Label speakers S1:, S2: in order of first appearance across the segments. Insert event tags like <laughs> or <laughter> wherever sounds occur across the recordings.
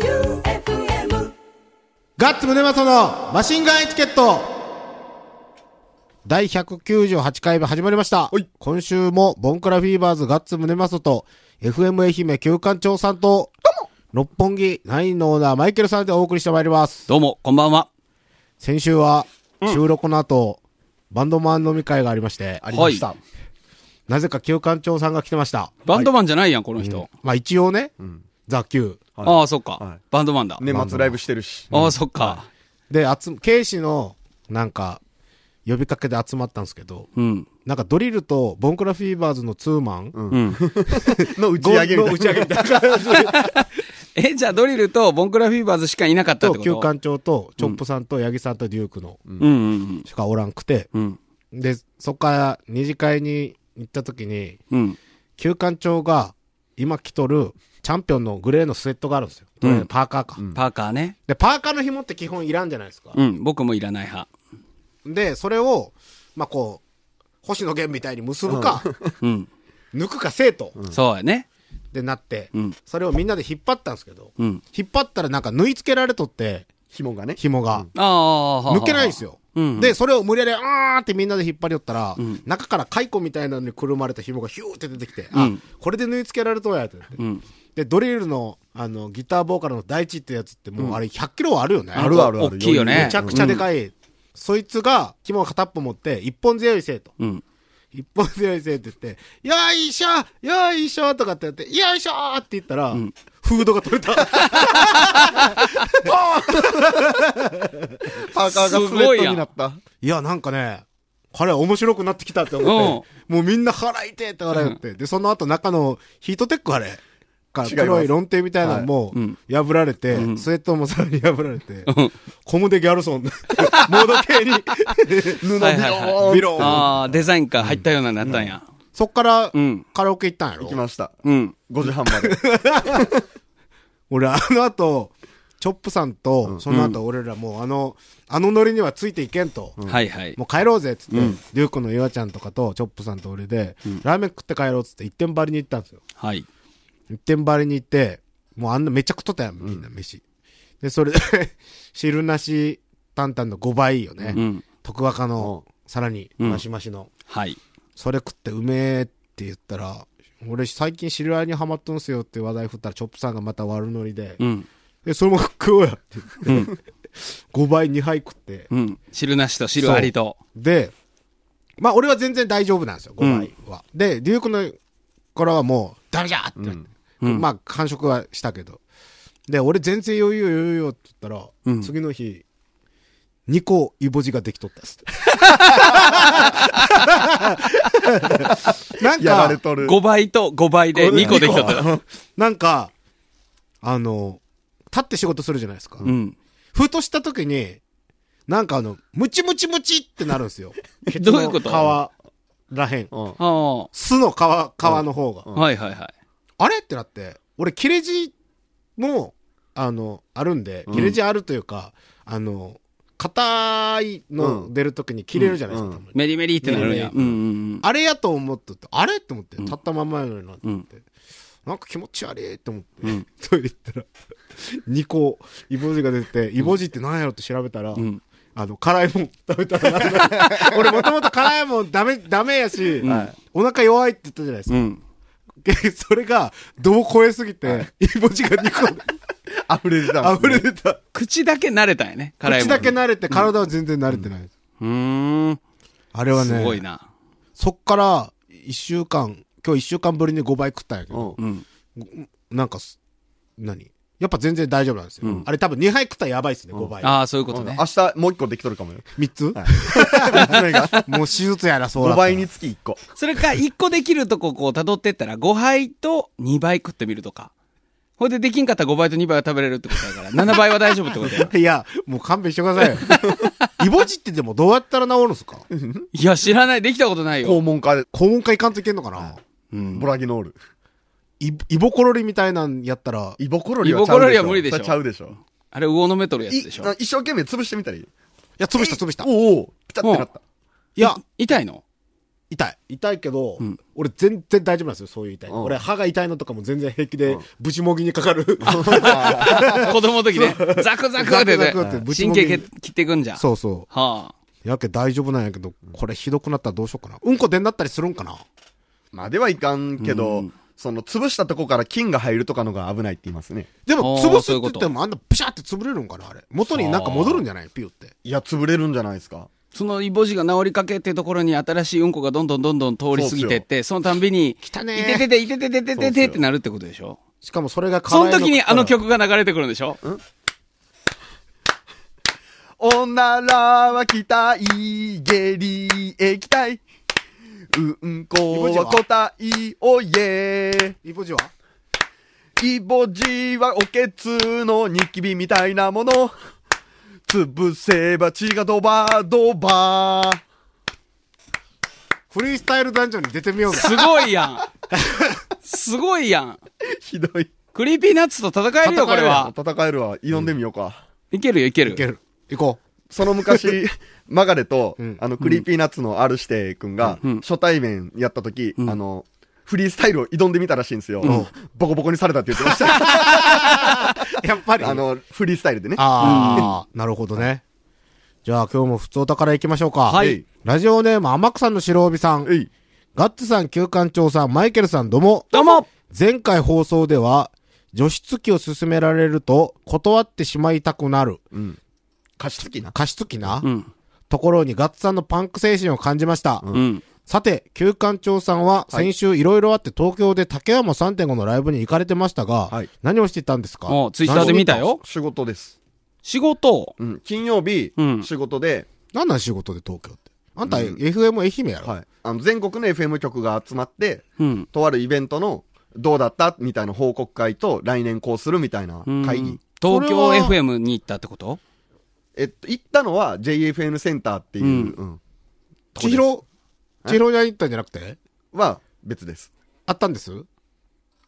S1: J-O-E-U-F-M
S2: ガッツムネマソのマシンガンエチケット第198回目始まりました。今週もボンクラフィーバーズガッツムネマソと FM 愛媛旧館長さんと六本木ナインのオーナーマイケルさんでお送りしてまいります。
S3: どうも、こんばんは。
S2: 先週は収録の後、バンドマン飲み会がありまして、
S4: ありました。
S3: は
S2: なぜか旧館長さんが来てました。
S3: バンドマンじゃないやん、この人。
S2: まあ一応ね、ザ・キュー。
S4: はい
S3: ああ、そっか、
S4: はい
S3: バンドマンだ。
S4: 年末ライブしてる <laughs> し。
S3: ああ、そっか。
S2: で、あつ、警視のなんか呼びかけで集まったんですけど、
S3: うん。
S2: なんかドリルとボンクラフィーバーズのツーマン、
S3: うん。
S4: の打ち上げ
S2: <laughs>
S4: みたいな。
S3: え、じゃあドリルとボンクラフィーバーズしかいなかったっ
S2: と
S3: てこと
S2: 旧館長とチョップさんと八木さんとデュークの
S3: うんうん
S2: しかおらんくて、
S3: うん。
S2: で、そっから二次会に行った時に、
S3: うん。うん。
S2: 旧館長が今着とるチャンピオンのグレーのスウェットがあるんですよ。どれ
S3: うん
S2: パーカーか、
S3: パーカーね。
S2: で、パーカーの紐って基本いらんじゃないですか。
S3: うん。僕もいらない派。
S2: で、それを、まあ、こう、星野源みたいに結ぶか、
S3: うん。
S2: <laughs> 抜くかせえと、っ
S3: そうやね。
S2: てなって、
S3: うん
S2: それをみんなで引っ張ったんですけど、
S3: うん。
S2: 引っ張ったらなんか縫い付けられとって、
S4: 紐がね。
S2: 紐が。
S3: ああ、はあはあ
S2: 抜けないんです。よ。
S3: うん
S2: で、それを無理やり、あーってみんなで引っ張り寄ったら、
S3: ん
S2: 中から蚕みたいなのにくるまれた紐がヒューって出てきて、
S3: う
S2: あ
S3: ん、
S2: これで縫い付けられとうやってなって、
S3: うん。
S2: で、ドリルの、あの、ギターボーカルの大地ってやつってもう、あれ100キロはあるよね。
S4: あるあるある
S3: 大きいよね。
S2: めちゃくちゃでかい。そいつが、紐を片っぽ持って、一本強いせいと。
S3: うん。
S2: 一本強いせいって言って、よいしょよいしょとかってやって、よいしょーって言ったら、フードが取れた。
S4: パーカーがスウェットになった。
S2: いや、なんかね、彼は面白くなってきたって思って、もうみんな腹痛いって笑いって、で、その後中のヒートテックあれ、か
S4: 違います
S2: 黒い論点みたいなのも
S3: はいうん
S2: 破られて、
S3: うん
S2: スウェットもさらに破られて
S3: ん、
S2: コムデギャルソン、モ <laughs> ード系に、
S4: 布
S3: はいはいはい
S4: を
S2: ビローン
S3: ああ、デザインか入ったようなになったんや。
S2: そっから
S3: うん
S2: カラオケ行ったんや
S4: 行き
S2: ろ。
S4: ました。
S3: うん。
S4: 5時半まで。
S2: 俺、あの後、チョップさんと、その後俺らもうあの、あのノリにはついていけんと。
S3: はいはい。
S2: もう帰ろうぜっつって、デュークの岩ちゃんとかと、チョップさんと俺で、ラーメン食って帰ろうっつって一点張りに行ったんですよ。
S3: はい。
S2: 一点張りに行って、もうあんなめちゃくとったやん、みんな飯。で、それで <laughs> 汁なし担々の5倍いいよね。
S3: うん。
S2: 徳若の、さらに、
S3: うん
S2: マシマシの。
S3: はい。
S2: それ食ってうめえって言ったら、俺最近汁あいにハマっとんすよって話題振ったら、チョップさんがまた悪ノリで、
S3: うん。
S2: え、それも食おうやって言 <laughs> って、5倍2杯食って、
S3: うん。汁なしと汁ありと。
S2: で、まあ俺は全然大丈夫なんですよ、5倍は。で、デュークの頃はもう、ダメじゃって言われて、
S3: うん
S2: まあ完食はしたけど。で、俺全然余裕よ余裕よって言ったら、
S3: うん
S2: 次の日、2個イボジができとったっす
S3: <laughs>
S2: って。なん
S4: やられ
S2: か、
S4: とる。
S3: 5倍と5倍で2個できとった。
S2: なんか、あの、立って仕事するじゃないですか。
S3: うん。
S2: ふとした時に、なんかあの、ムチムチムチってなるんですよ。
S3: <laughs> どういうこと
S2: ケツの皮らへん。
S4: うん
S3: あ
S2: 巣の皮、皮の方が。
S3: あ、はいはいはい。
S2: あれってなって、俺、切れ字も、あの、あるんで、切れ字あるというか、あの、硬いの出るときに切れるじゃないですか、
S4: うん
S2: たまに
S3: メリメリってなるやん。
S2: メ
S3: うんうん
S2: あれやと思っとって、あれって思って、立ったまんまやのになって、
S3: うん
S2: なんか気持ち悪いって思って、
S3: うん
S2: <laughs> トイレ行ったら、2個、イボジが出てて、イボジって何やろって調べたら、
S3: うん。
S2: あの、辛いもん食べたらなくなる
S3: <laughs>
S2: 俺もともと辛いもんダメ、ダメやし、
S3: はい
S2: お腹弱いって言ったじゃないです
S3: う
S2: か。
S3: ん。
S2: で <laughs> それが、度を超えすぎて、イボジが2個で <laughs>
S4: 溢れてたんです
S2: 溢
S4: ね。
S2: れ出た。
S3: 口だけ慣れたんやね。辛いも
S2: 口
S3: ん。
S2: だけ慣れて、体は全然慣れてないです。
S3: うーん。
S2: あれは
S3: すごい
S2: ね、
S3: な。
S2: そっから、1週間、今日1週間ぶりに5倍食ったんやけど、
S4: う
S3: うんん。
S2: なんかす、何やっぱ全然大丈夫なんですよ。あれ多分2杯食ったらやばいっすね、5倍。
S3: ああ、そういうことね
S4: 明。日もう一個できとるかもよ。
S2: 3つ <laughs>
S4: はい三つ目が
S2: もう手術やらそうだ
S4: 5
S2: ったら
S4: 倍につき1個。
S3: それか、1個できるとここう辿ってったら、5杯と2倍食ってみるとか。ほいでできんかったら5倍と2倍は食べれるってことだから、7倍は大丈夫ってこと <laughs> や。
S2: いや、もう勘弁してくだ <laughs> さいよ。イボジってでもどうやったら治るんすか
S3: いや、知らない。できたことないよ。
S4: 肛門科で、
S2: 肛門科行かんといけんのかな
S3: うん
S4: ボ。ラギノール。
S2: イイボコロリみたいなんやったら、
S4: イボコロリはちゃ
S3: イボコ
S4: うでしょ。
S3: ロリは無理でしょ
S4: それちゃうでしょ。
S3: あれ、魚の目取るや
S4: い
S3: つでしょ。
S4: 一生懸命潰してみたり。
S2: いや、潰した潰した。
S4: おうおう、ピタってなった。
S2: いや、
S3: 痛いの <laughs>
S2: 痛い。痛いけど、
S3: ん
S2: 俺全然大丈夫なんですよ、そういう痛い。
S4: うん
S2: 俺歯が痛いのとかも全然平気で、ぶちもぎにかかる。 <laughs>
S3: 子供の時ね、ザクザクってね
S2: ザクザクってぶち
S3: 神
S2: もぎ
S3: 経切っていくんじゃん。
S2: そうそ
S3: はあ。
S2: う。やけ大丈夫なんやけど、これひどくなったらどうしようかな。うんこ出んなったりするんかな
S4: まあではいかんけど、その潰したとこから菌が入るとかのが危ないって言いますね。
S2: でも、潰す
S3: あーそうい
S2: って言
S3: うこ
S2: っ
S3: と
S2: ても、あんなプシャって潰れるんかなあれ。元になんか戻るんじゃないピュって。
S4: いや、潰れるんじゃないですか。
S3: そのイボジが治りかけってところに新しいうんこがどんどんどんどん通り過ぎてって、そのたんびに、
S2: 汚ねえ
S3: いててていててててててってなるってことでしょ
S2: しかもそれが
S3: そ
S2: 辛い
S3: の時にあの。曲が流れてくるんでしょ
S4: 女らは期待、下痢液体。うんこは答え、おいえ。
S2: イボジは
S4: イボジはおけつのニキビみたいなもの。潰せば血がドバドバ。
S2: フリースタイルダンジョンに出てみようぜ。
S3: すごいやん。すごいやん。
S4: ひどい。
S3: クリーピーナッツと戦えるよ、これは。
S4: 戦えるわ。読んでみようか。
S3: いけるよ、いける。
S2: いける。行こ
S4: その <laughs> 昔、マガレと、
S2: ん
S4: あの、クリーピーナッツの R 指定君が、初対面やった時、あの、フリースタイルを挑んでみたらしいんですよ。ボコボコにされたって言ってました。
S2: う。やっぱり。
S4: あの、フリースタイルでね。。
S2: ああ、なるほどね。じゃあ今日も普通お宝行きましょうか。
S3: はい
S2: ラジオネーム、天草の白帯さん。
S4: えい。
S2: ガッツさん、旧館長さん、マイケルさん、どうも。
S3: どうも
S2: 前回放送では、除湿機を勧められると、断ってしまいたくなる。
S4: 加湿器な。
S2: 加湿器な、
S3: うん。
S2: ところにガッツさんのパンク精神を感じました。
S3: うん。
S2: さて、旧館長さんは、先週いろいろあって東京で竹山3.5のライブに行かれてましたが、
S4: はい
S2: 何をしていたんですか
S3: おうツイッターで見たよ。
S4: 仕事です。
S3: 仕事。
S4: うん。金曜日、
S3: うん
S4: 仕事で、
S2: 何なん仕事で東京って。あんた、FM 愛媛やろ、
S4: はい。あの、全国の FM 局が集まって、
S3: うん。
S4: とあるイベントの、どうだったみたいな報告会と、来年こうするみたいな
S3: うん
S4: 会議。
S3: 東京
S2: それは
S3: FM に行ったってこと
S4: えっと、行ったのは JFN センターっていう、
S3: うん
S4: うん
S2: 千尋、千尋に会いに行ったんじゃなくて
S4: は別です。
S2: あったんです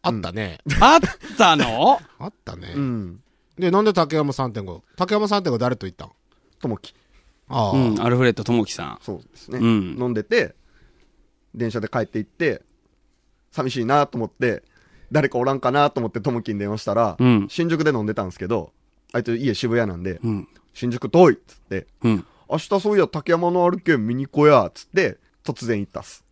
S2: あったね。
S3: あったの
S2: あったね、
S4: うん。
S2: で、なんで竹山3.5竹山3.5誰と行ったん
S4: ともき。
S2: ああ、
S3: <laughs> うん。アルフレッド智樹さん。
S4: そうですね、
S3: うん
S4: 飲んでて、電車で帰って行って、寂しいなと思って、誰かおらんかなと思ってともきに電話したら、
S3: うん
S4: 新宿で飲んでたんですけど、あいつ家渋谷なんで、
S3: うん。
S4: 新宿遠いっつって、
S3: うん。
S4: 明日そういや竹山の歩け見に行こうやっつって、突然行ったっす。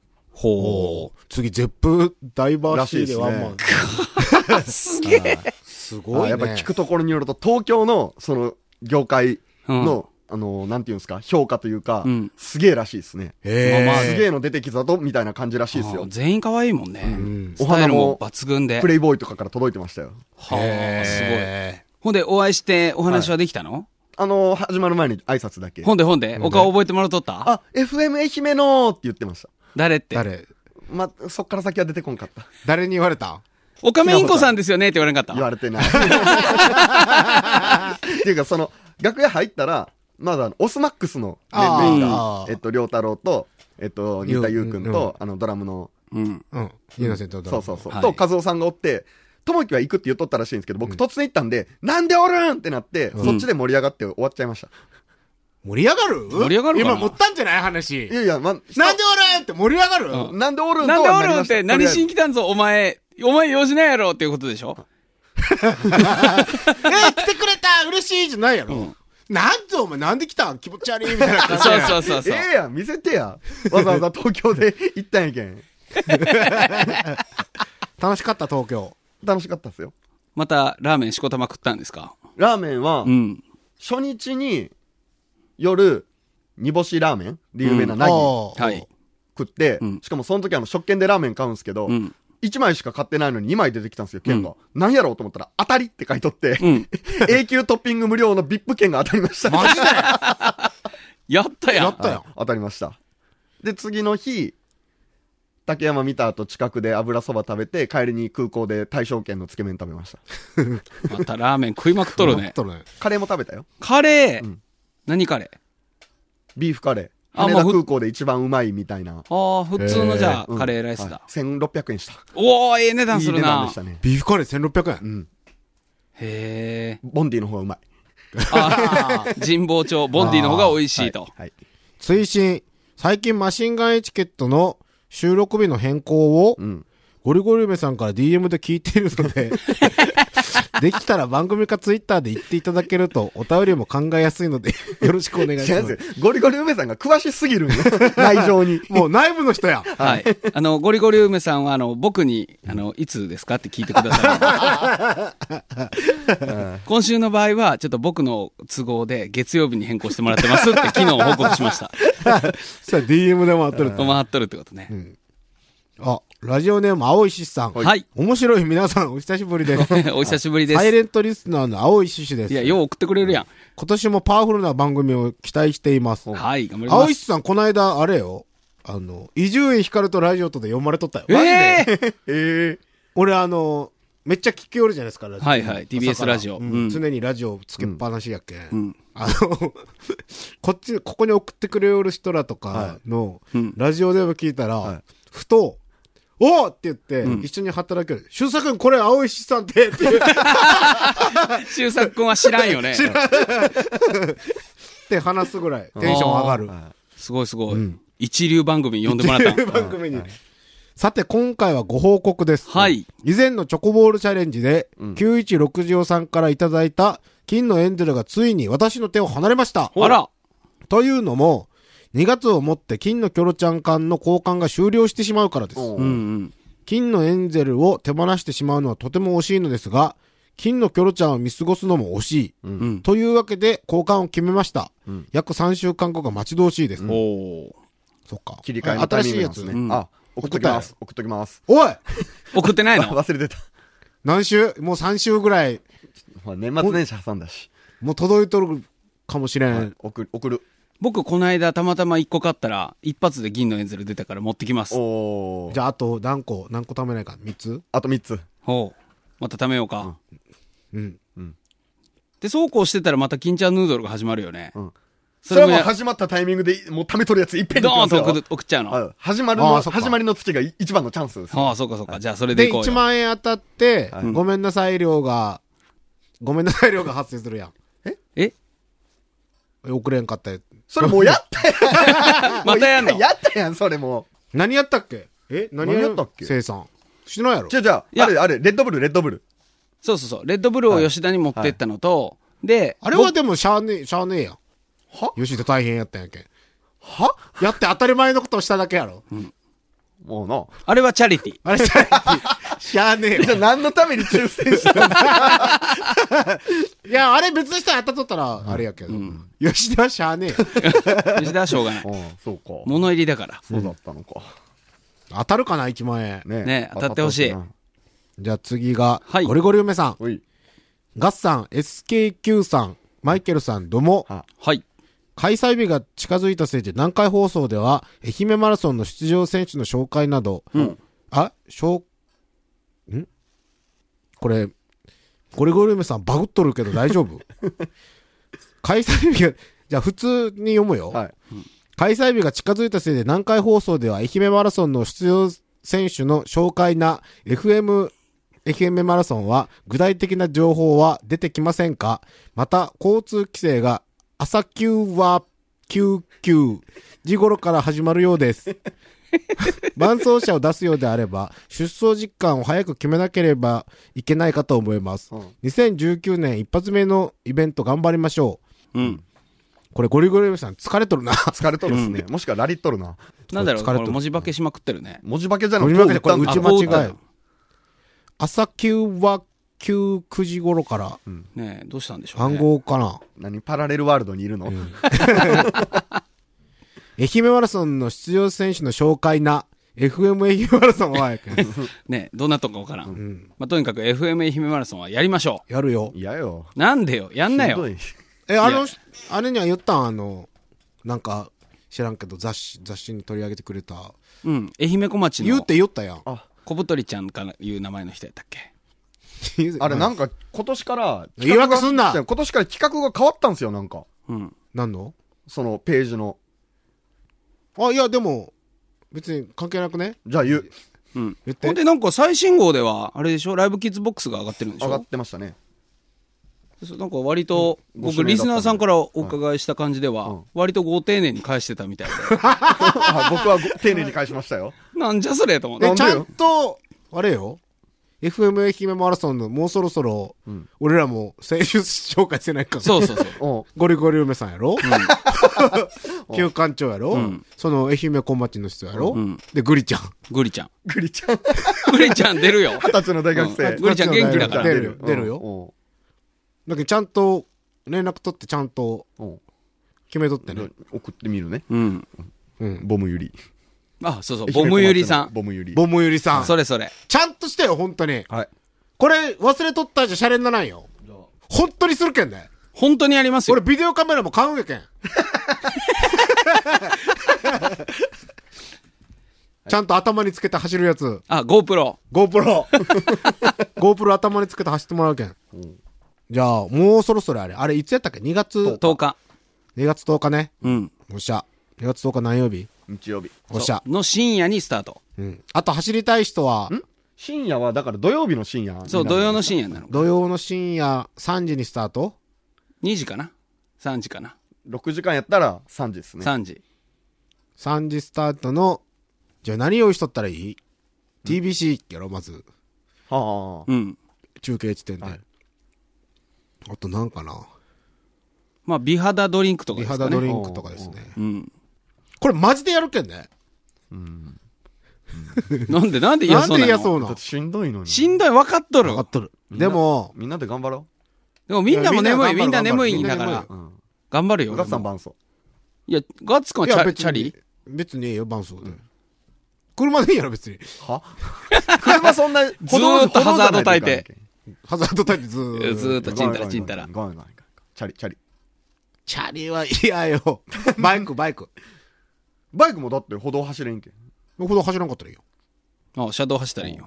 S2: おー次、ゼップダイバーシーでワンマン
S4: らし。
S3: すげえ。
S2: <laughs> すごい
S4: あ
S2: ね。
S4: やっぱ聞くところによると、東京の、その、業界の、あの、なんていうんですか、評価というか、
S3: うん
S4: すげえらしいですね。
S2: へー
S3: まあまあ
S4: すげえの出てきたぞ、みたいな感じらしいです
S3: あ
S4: よ
S3: ー。全員可愛いもんね。
S2: ん
S3: スタイルも抜群で。
S4: プレイボーイとかから届いてましたよ。
S3: はあ、すごい。
S2: へ
S3: ほんで、お会いしてお話はできたの、
S4: あの、始まる前に挨拶だけ。
S3: ほんでほんで、お顔覚えてもらっとった
S4: あ、FM 愛媛のーって言ってました。
S3: 誰っ
S2: ー
S3: て。
S2: 誰、
S4: ま、そっから先は出てこんかった。
S2: 誰に言われた
S3: オカメインコさんですよねって言われなかった
S4: 言われてない。っていうか、その、楽屋入ったら、まだあの、オスマックスの面々
S2: あ
S4: が、
S2: ー
S4: えっと、りょうたろうと、えっと、新田優くん
S2: ゆううん
S4: と、あの、ドラムの
S3: うん。
S2: うん。ユナセントだ
S4: そうそうそう。
S3: はい
S4: と、和夫さんがおって、ともきは行くって言っとったらしいんですけど、僕突然行ったんで、なんでおるんってなって、そっちで盛り上がって終わっちゃいました。
S2: 盛り上がる
S3: 盛り上がるかな
S2: 今持ったんじゃない
S4: い
S2: 話。
S4: やいや、ま、
S2: なんで俺って盛り上がる、
S4: ななんでおるんと
S3: なんで
S4: は
S3: お
S4: なり
S3: るん
S4: ま
S3: っ
S4: した
S3: て、何しに
S4: とり
S3: 来たんぞ、お前。お前用事ないやろっていうことでしょ
S2: えー来てくれた嬉しいじゃないやろ、なんでお前なんで来たん気持ち悪いみたい
S3: <laughs>
S2: な
S3: そ
S2: 感
S3: う
S2: じで。
S3: そう
S4: あ
S3: そう
S4: えず
S3: そう。
S4: ええやん、見せてや。わざわざ東京で行ったんやけん。
S2: 楽しかった東京。
S4: 楽しかったっすよ。
S3: また、ラーメンしこたま食ったんですか
S4: ラーメンは
S3: う、ん。
S4: 初日に、夜、煮干しラーメンで有名なナギ
S2: おー
S3: はい。
S4: 食って、
S3: ん
S4: しかもその時あの、食券でラーメン買うんですけど、
S3: うん。
S4: 1枚しか買ってないのに2枚出てきたんですよ、券が。何やろうと思ったら、当たりって書いとって、 <laughs>
S3: ん
S4: 永久トッピング無料の VIP 券が当たりました。
S2: マ
S3: <laughs>
S2: ジで
S3: やったやん。
S2: やったよ
S4: はい当たりました。で、次の日、竹山見た後近くで油そば食べて、帰りに空港で大正券のつけ麺食べました。
S3: またラーメン食いまくっとるね。
S2: とるね。
S4: カレーも食べたよ。
S3: カレー、何カレー
S4: ビーフカレー。
S3: あ
S4: 羽
S3: もう
S4: 田
S3: ふ
S4: 空港で一番うまいみたいな。
S3: ああ、普通のじゃ
S4: う
S3: あ、
S4: ん
S3: カレーライスだ
S4: は。い1600円した。
S3: おお、ええ値段する
S4: いい値段
S3: な
S4: でし。たね。
S2: ビーフカレー1600円。
S3: へえ。
S4: ボンディの方がうまい。
S3: あー神保町、ボンディの方が美味しいと。
S4: はい。
S2: 追伸最近マシンガンエチケットの収録日の変更を、
S4: ん
S2: ゴリゴリ梅さんから DM で聞いているので、 <laughs> できたら番組かツイッターで言っていただけると、お便りも考えやすいので、 <laughs> よろしくお願いし
S4: 違
S2: ま
S4: うん
S2: す。
S4: ですよ。ゴリゴリ梅さんが詳しすぎるんよ <laughs> 内情に。
S2: もう内部の人や。
S3: はい。あの、ゴリゴリ梅さんは、あの、僕に、あの、いつですかって聞いてくださ <laughs> い。今週の場合は、ちょっと僕の都合で月曜日に変更してもらってますって昨日報告しまし
S2: さ
S3: た。
S2: あ DM でもってると。
S3: 回っとるってことね。
S2: あ、ラジオネーム青石さん。
S3: はい。
S2: 面白い皆さん、お久しぶりです。
S3: <laughs> お久しぶりです。
S2: サイ
S3: い
S2: レントリスナーの青石氏です。
S3: や、よう送ってくれるやん。
S2: 今年もパワフルな番組を期待しています。
S3: はい、頑張りま
S2: 青
S3: す。
S2: 石さん、この間、あれよ。あの、伊集院光とラジオとで読まれとったよ。
S3: ええ
S2: <laughs>
S4: ええ
S2: 俺、あの、めっちゃ聞きよるじゃないですか、ラジオ
S3: はいは
S2: 朝
S3: い
S2: から
S3: TBS ラジオ
S2: うん
S3: うん
S2: 常にラジオつけっぱなしやけん。
S3: ん
S2: あの、 <laughs> こっち、ここに送ってくれよる人らとかの、ラジオでも聞いたら、
S4: はい
S2: ふと、おーって言って、一緒に働ける。修作君、これ、青石さんって、 <laughs> って言っ
S3: 周作君は <laughs> 知らんよね。
S2: て話すぐらい、テンション上がる。
S3: すごいすごい。一流番組に呼んでも <laughs> らったん。
S2: 番組に。さて、今回はご報告です。
S3: はい
S2: 以前のチョコボールチャレンジで、916条さんからいただいた金のエンゼルがついに私の手を離れました。
S3: あら
S2: というのも、2月をもって金のキョロちゃん缶の交換が終了してしまうからです。
S3: うんうん。
S2: 金のエンゼルを手放してしまうのはとても惜しいのですが、金のキョロちゃんを見過ごすのも惜しい。
S3: ん
S2: というわけで交換を決めました。約3週間後が待ち遠しいです。
S3: おお。
S2: そっか。
S4: 切り替えのタ
S2: 新
S4: イミ
S2: し
S4: ン
S2: いやつ
S4: グなんですね。。
S3: ん
S4: あ、送っときます。送っときます。
S2: おい
S3: 送ってない
S4: あ
S3: の
S4: 忘れてた。
S2: 何週もう3週ぐらい、
S4: まあ年末年始挟んだし。
S2: もう届いとるかもしれん。
S4: 送る、送る。
S3: 僕、この間、たまたま一個買ったら、一発で銀のエンゼル出たから持ってきます。
S4: おー
S2: じゃあ、あと何個、何個貯めないか ?3 つ
S4: あと3つ。
S3: ほう。また貯めようか。
S2: うん。
S3: で、そうこうしてたらまた金ちゃんヌードルが始まるよね。
S4: ん
S3: そ
S4: それ
S3: れ
S4: は
S3: も
S4: もう
S3: や、
S4: 始まったタイミングで、もう貯めとるやついっぺんに
S3: ド
S4: 行き
S3: ー
S4: ま
S3: ン
S4: す
S3: と
S4: よ
S3: 送る送っちゃうの。
S4: あ始まるの、
S2: あそっか
S4: 始まりの月がい一番のチャンスです。
S3: ああ、そうかそうか。じゃあ、それで
S2: で、
S3: いこう
S2: 1
S3: よ。
S2: 万円当たって、
S4: はい
S2: うんごめんなさい量が、ごめんなさい量が発生するやん。
S3: え
S2: え送れんかったやつ
S4: それもうやったや
S3: またやんの
S4: んやったやん、それも
S2: 何やったっけえ何
S4: 何やったっけ
S2: 生産。しないやろ
S4: う。じゃあじゃ
S3: いや
S4: あ、あれ、あれ、レッドブル、レッドブル。
S3: そうそうそう。レッドブルを吉田に持ってったのと、で、
S2: あれはでもしゃあねえ、しゃあねえやん。
S4: は
S2: 吉田大変やったんやけん。
S4: は
S2: やって当たり前のことをしただけやろ。
S4: もうな。
S3: <laughs> 僕あれはチャリティー。
S2: あれしゃあしゃあねえよ
S4: じゃあ何のために抽選したの
S2: いや、あれ別の人が当たっとったら、あれやけど。吉田はしゃあねえよ。
S3: 吉田はしょうがない。
S4: うん、そうか。
S3: 物入りだから。
S4: そうだったのか。
S2: 当たるかな、1万円。
S4: ね
S3: ね当たってほしい
S4: 当たって
S2: じゃあ次が、
S3: はい
S2: ゴリゴリ梅さん、
S4: ほしいな
S2: ガッさん、SKQ さん、マイケルさん、どうも。
S4: はい
S3: はい。
S2: 開催日が近づいたせいで南海放送では、愛媛マラソンの出場選手の紹介など、あ、紹、んこれ、ゴリゴリ梅さんバグっとるけど大丈夫開催日が、じゃあ普通に読むよ。
S4: はい。
S2: 開催日が近づいたせいで南海放送では愛媛マラソンの出場選手の紹介な FM 愛媛マラソンは具体的な情報は出てきませんかまた交通規制が朝急は99時頃から始まるようです。 <laughs> 伴走者を出すようであれば、出走実感を早く決めなければいけないかと思います。
S4: うん
S2: 2019年一発目のイベント頑張りましょう。
S3: うん。
S2: これゴリゴリさん疲れとるな。
S4: 疲れとるっすね。もしくはラリっとるな。
S3: なんだろう、
S2: 疲れ
S3: こと
S2: る
S3: れ文字化けしまくってるね。
S4: 文字化けじゃなく
S2: 文字化け
S4: て、
S2: でこれ
S4: こう打ったんだ
S2: 打ち間違え
S3: あこう打っ
S2: 朝急は9、9時頃から、
S3: たのねえどうしたんでしょう
S2: 暗
S3: ね。
S2: 号かな。
S4: 何パラレルワールドにいるの、
S2: 愛媛マラソンの出場選手の紹介な、FM 愛媛マラソンは、
S4: <laughs>
S3: <laughs> ねえどんなとこかわからん。まあ、とにかく FM 愛媛マラソンはやりましょ
S2: やるよ。
S4: いやよ。
S3: う。なんでよ、やんな
S4: ひど
S3: よ。
S4: い
S2: え、あの
S3: いや、
S2: あれには言ったんあの、なんか、知らんけど、雑誌、雑誌に取り上げてくれた。
S3: うん。愛媛小町
S2: 言う
S3: の
S2: って言ったやん。、
S4: あ
S3: 小太りちゃんからいう名前の人やったっけ
S4: あれ、なんんか、今年から、
S2: 言い訳すんな
S4: 企画が今年から企画が変わったんですよ、なんか。
S3: うん。
S2: なんの
S4: そのページの。
S2: あ、いや、でも、別に関係なくね
S4: じゃあ言う、
S3: うん。
S2: 言って
S3: ほん。で、なんか最新号では、あれでしょライブキッズボックスが上がってるんでし
S4: 上がっ
S3: ょ
S4: てましたね。
S3: そうなんか割と、
S4: ご指名だった
S3: 僕、
S4: ね
S3: リスナーさんからお伺いした感じでは、
S4: うん
S3: 割とご丁寧に返してたみたい
S4: <laughs> <laughs> あ僕はご丁寧に返しましたよ。
S3: で、なんじゃそれと思っ
S4: な
S2: で、
S3: て
S4: ん
S2: ち
S4: で
S2: ゃ
S4: よ
S2: んと、あれよ。FM 愛媛マラソンのもうそろそろ、俺らも青春紹介せないから。
S3: そうそうそう。
S4: うん。
S2: ゴリゴリ梅さんやろ、 <laughs>
S3: <laughs>
S2: 旧館長やろ、その愛媛小町の人やろ、
S3: ん
S2: で、グリちゃん。
S3: グリちゃん。
S4: グリちゃん。
S3: グリちゃん出るよ。
S4: <laughs> 二十歳の大学
S3: う
S2: <laughs>
S4: 生。
S3: んグリちゃん元気だから
S2: 出るよ。出るよ。
S4: よ。
S2: だけどちゃんと、連絡取ってちゃんと
S4: うんうん
S2: 決めとってね
S4: で。送ってみるね。
S3: うん。
S4: ボムユリ。
S3: あ、そうそう、ボムユリさん。
S4: ボムユリ。
S2: ボムゆりさん。
S3: それそれ。
S2: ちゃんとしてよ、本当に。
S4: はい。
S2: これ、忘れとったじゃシャレにならんよ。本当にするけんね。
S3: 本当にありますよ
S2: 俺、。ビデオカメラも買うんやけ
S3: <laughs>
S2: ん。 <laughs> ちゃんと頭につけて走るやつ。
S3: あ、GoPro。
S2: GoPro。GoPro 頭につけて走ってもらうけん。じゃあ、もうそろそろあれ。あれ、いつやったっけ ?2 月、2
S3: 10日。
S2: 月10日ね。
S3: うん。
S2: おっしゃ。2月10日何曜日
S4: 日曜日。
S2: おっしゃ
S3: そう。の深夜にスタート。
S2: うん。あと、走りたい人は、
S4: 深夜は、だから土曜日の深夜。
S3: そう、土曜の深夜なの。
S2: 土曜の深夜3時にスタート
S3: 2時かな ?3 時かな
S4: 6時間やったら3時ですね。
S3: ?3 時。
S2: 3時スタートの、じゃあ何用意しとったらいい、?TBC やろ、まず。
S4: はあ。
S3: うん。
S2: 中継地点で。
S4: はい
S2: あとなんかな
S3: まあ、美肌ドリンクとか
S2: 美
S3: ですか
S2: 肌
S3: ね。
S2: ドリンクとかですね。
S3: うん。
S2: これマジでやるけんね。
S3: なんで、なんで嫌
S2: な
S3: そ
S2: ん
S3: う
S2: で
S3: な
S2: 嫌そ
S3: の
S2: うな
S4: だっ
S2: の
S4: てしんどいのに。
S3: しんどい、分かっとる
S2: 分か。っとる。でも、
S4: みんなで頑張ろ
S3: でもみんなも眠い、
S2: いや
S3: み
S2: み
S3: ん
S2: ん
S3: な
S2: な頑張
S3: 眠
S2: る
S3: いんだか
S2: みんな
S3: ら
S2: 眠
S4: う。。うん。
S3: 頑張るよ。
S4: ガッツさん
S3: 俺も
S4: 伴奏。
S3: いや、ガッツくんはいチ
S2: や
S3: ャ
S2: 別に
S3: チャリ
S2: 別にええよ、伴奏で。車でいいやろ、別に。
S4: は <laughs> 車そん
S3: <laughs>
S4: な、ず
S3: ーっとハザード焚いて
S2: ハザードタイプずー
S3: ずーっとチンタラチンタラ。
S4: ごめんごめんごめんチャリ、チャリ。
S2: チャリは嫌
S3: <laughs>
S2: よ。バイク、バイク。
S4: バイクもだって歩道走れんけん。
S2: ほど走らんかったらいいよ。
S3: あ、車道走ったらいいよ。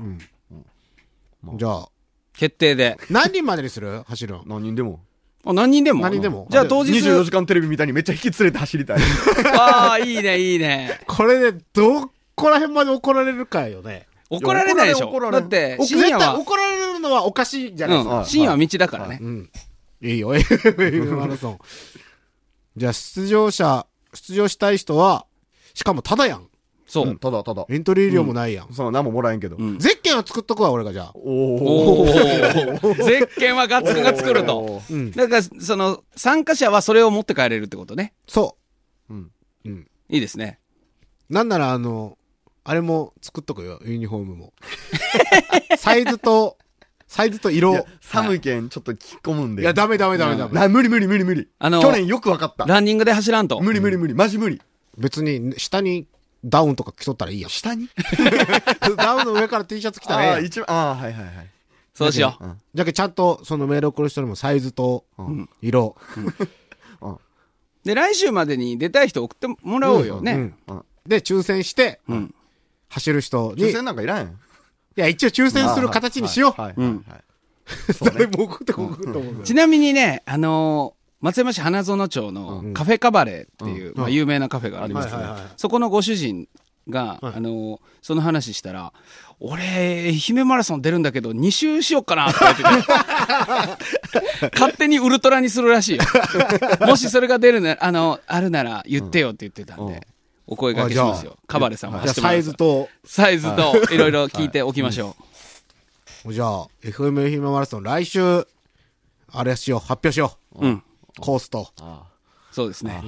S2: じゃあ、
S3: 決定で。
S2: 何人までにする走るの。
S4: 何人でも。
S3: あ、何人でも
S2: 何人でも
S3: じゃあ当日。
S4: 24時間テレビみたいにめっちゃ引き連れて走りたい。
S3: ああ、いいね、いいね。
S2: これで、どこら辺まで怒られるかよね。
S3: 怒られないでし
S4: 怒
S3: ょ。
S4: ら
S3: だ
S4: れ
S3: っ
S4: る
S3: て、
S2: お
S3: 深夜は
S2: 絶対、怒られるのはおかしいじゃないですか。
S3: う
S4: は
S3: ん、
S4: い。
S3: 深夜は道だからね。
S2: うん。いいよ、FM マラソン。じゃあ、出場者、出場したい人は、しかもただやん。
S3: そううん
S4: ただただ。
S2: エントリー料もないやん。
S4: その何ももらえんけど。
S3: ん
S2: ゼッケンは作っとくわ、俺がじゃあ。
S4: おお。
S3: おお。ゼッケンはガッツくんが作ると。
S4: うん
S3: だから、その、参加者はそれを持って帰れるってことね。
S2: そ
S4: ん。
S2: う。うん。
S3: いいですね。
S2: なんなら、あの、あれも作っとくよ、ユニフォームも。 <laughs> サイズと、サイズと色。
S4: い
S2: い
S4: や寒いけん、ちょっと着込むんで。
S2: や、ダメダメダメダメ。
S4: な、無理無理無理無理。
S3: あの
S4: 去年よくわかった。
S3: ランニングで走らんと。
S4: 無理無理無理。マジ無理。
S2: 別に、下にダウンとか着とったらいいやん。
S4: 下に
S2: <laughs> ダウンの上から T シャツ着たらええ
S4: あ
S2: や
S4: あ、
S2: ん
S4: 一番、ああ、はいはいはい。
S3: そうしよう。
S4: ん。
S2: じゃけちゃんと、そのメール送る人にもサイズと、色。
S3: で、来週までに出たい人送ってもらおうよ
S2: う
S3: ね
S2: ん。で、抽選して、
S3: うん。
S2: 走る人に、
S4: 抽
S2: い
S4: 選なんかいらん。
S2: や、一応抽選する形にしよ。
S4: はいうはいはい。
S2: 誰も送ってこんと思う。
S3: ちなみにね、あのー松山市花園町のカフェカバレーっていう、まあ、有名なカフェがありますけど、
S2: はいはいはい
S3: そこのご主人が、あのーその話したら、俺、愛媛マラソン出るんだけど、2周しようかなって言
S2: <laughs>
S3: ってて勝手にウルトラにするらしいよ。もしそれが出るなら、あの、あるなら言ってよって言ってたんで、お声掛けします
S2: あ
S3: よ。カバレーさんも
S2: じゃ
S3: 走
S2: あ
S3: っても
S2: サ
S3: らえ
S2: イ
S3: るか
S2: ズ
S3: ら
S2: と、
S3: サイズといろいろ聞いておきましょう。
S2: じゃあ、FM 愛媛マラソン、来週、あれしよう、発表しよう。
S3: うん。
S2: コースと。
S3: そうですね。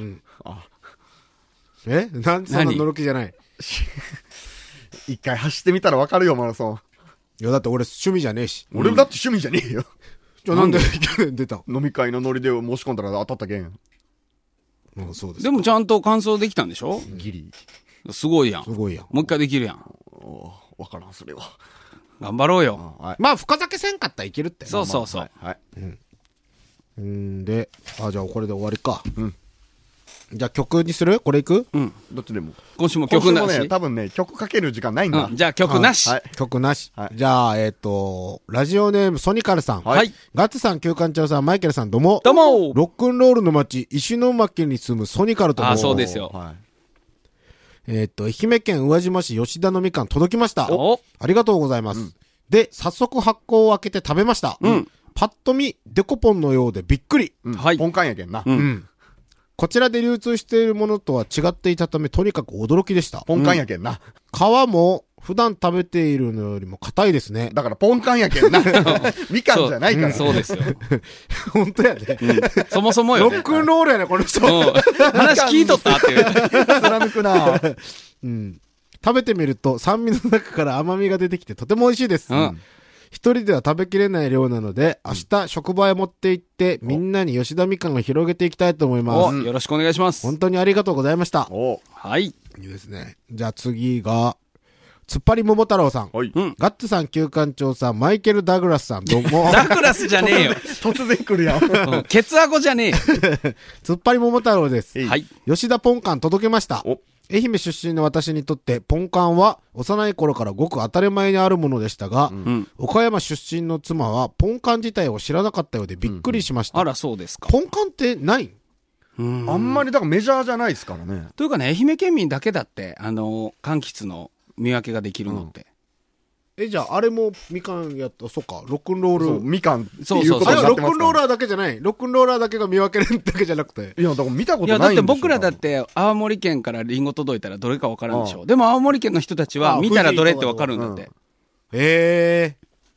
S2: え <laughs> なんでそんな
S3: 何
S2: 乗る気じゃない
S4: 一回走ってみたらわかるよ、マラソン。
S2: いや、だって俺趣味じゃねえし。
S4: 俺だって趣味じゃねえよ。
S2: じゃあなんで去 <laughs> 年出たの
S4: 飲み会のノリで申し込んだら当たったけん。
S2: うん、そうです。
S3: でもちゃんと完走できたんでしょ
S4: ギリ。
S3: すごいやん。
S2: すごいやん。
S3: もう一回できるやん。
S4: おーわからん、それは。
S3: 頑張ろうよ。
S4: はい。
S2: まあ、深酒せんかったらいけるって。
S3: そうそうそう。
S4: はい。
S2: うんで、あ、じゃあこれで終わりか。じゃあ曲にするこれいく
S4: どっちでも。
S3: 今週も
S4: 曲
S3: 曲な
S4: も
S3: し。
S4: ね、多分ね、曲かける時間ないんだ
S3: うん、。じゃあ曲なし。
S4: はい
S2: 曲なし
S4: は。い
S2: じゃあ、えっと、ラジオネームソニカルさん。
S3: はい。
S2: ガッツさん、旧館長さん、マイケルさん、どうも。
S3: どうも
S2: ロックンロールの街、石巻に住むソニカルと申
S3: あそうですよ
S4: はい。
S2: えーっと、愛媛県宇和島市吉田のみかん届きました。
S3: お
S2: ありがとうございます。で、早速発酵を開けて食べました。パッと見、デコポンのようでびっくり。
S4: うん
S3: はい
S4: ポンカンやけんな。
S3: うん
S4: ん。
S2: こちらで流通しているものとは違っていたため、とにかく驚きでした。
S4: ポンカンやけんな。
S2: 皮も、普段食べているのよりも硬いですね。 <laughs>
S4: だからポンカンやけんな。みかんじゃないから。
S3: そううんそうですよ。
S2: 本当やね。
S3: そもそも
S2: ロ
S3: よ、
S2: ッ
S3: ね。
S2: クンロールやね、この人。
S3: うん話聞いとったっていう。
S4: 貫くな。
S2: うん。食べてみると酸味の中から甘みが出てきてとても美味しいです。
S3: うん
S2: 一人では食べきれない量なので、明日職場へ持って行って、みんなに吉田みかんを広げていきたいと思いま
S3: お
S2: す。
S3: よろしくお願いします。
S2: 本当にありがとうございました。
S4: おう
S3: はい。
S2: いいですね。じゃあ次が、つっぱり桃太郎さん。
S4: はい。
S3: うん。
S2: ガッツさん、旧館長さん、マイケル・ダグラスさん、どう
S4: <laughs>
S2: も。
S3: ダクラスじゃねえよ。
S4: 突然来るやん。
S3: うんケツアゴじゃね
S2: つっぱり桃太郎です
S3: え。よ。はい。
S2: 吉田ポンカン届けました
S4: お。
S2: 愛媛出身の私にとって、ポンカンは幼い頃からごく当たり前にあるものでしたが、
S3: うん。
S2: 岡山出身の妻は、ポンカン自体を知らなかったようでびっくりしました。
S3: あら、そうですか。
S2: ポンカンってない
S3: うん
S4: あんまりだからメジャーじゃないですからね。
S3: というかね、愛媛県民だけだって、あの、柑橘の見分けができるのって。
S2: え、じゃあ、あれもみかんやった、そっか、ロックンロ
S4: そ
S2: ー
S4: う、
S2: ル。
S4: みかんって
S3: そう
S4: いう
S3: そう
S4: こと
S2: あ
S4: に
S2: れ
S4: な
S2: は
S4: って
S2: ロ
S4: ます
S2: ックンロー
S4: か
S2: ラ
S4: ら
S2: ーだけじゃない。ロックンローラーだけが見分けれるだけじゃなくて。
S4: いや、だから見たこ
S3: いや、
S4: と
S3: だ
S4: な
S3: っ
S4: いん
S3: て
S4: ですよ。
S3: 僕らだっ
S4: 多分。
S3: て、青森県からリンゴ届いたらどれかわからんでし
S4: あ
S3: ょ。でも青森県の人たち
S2: あ
S3: は、
S2: あ
S3: 見たらどれってわかるんだっ
S4: 藤
S3: て。
S2: へえ。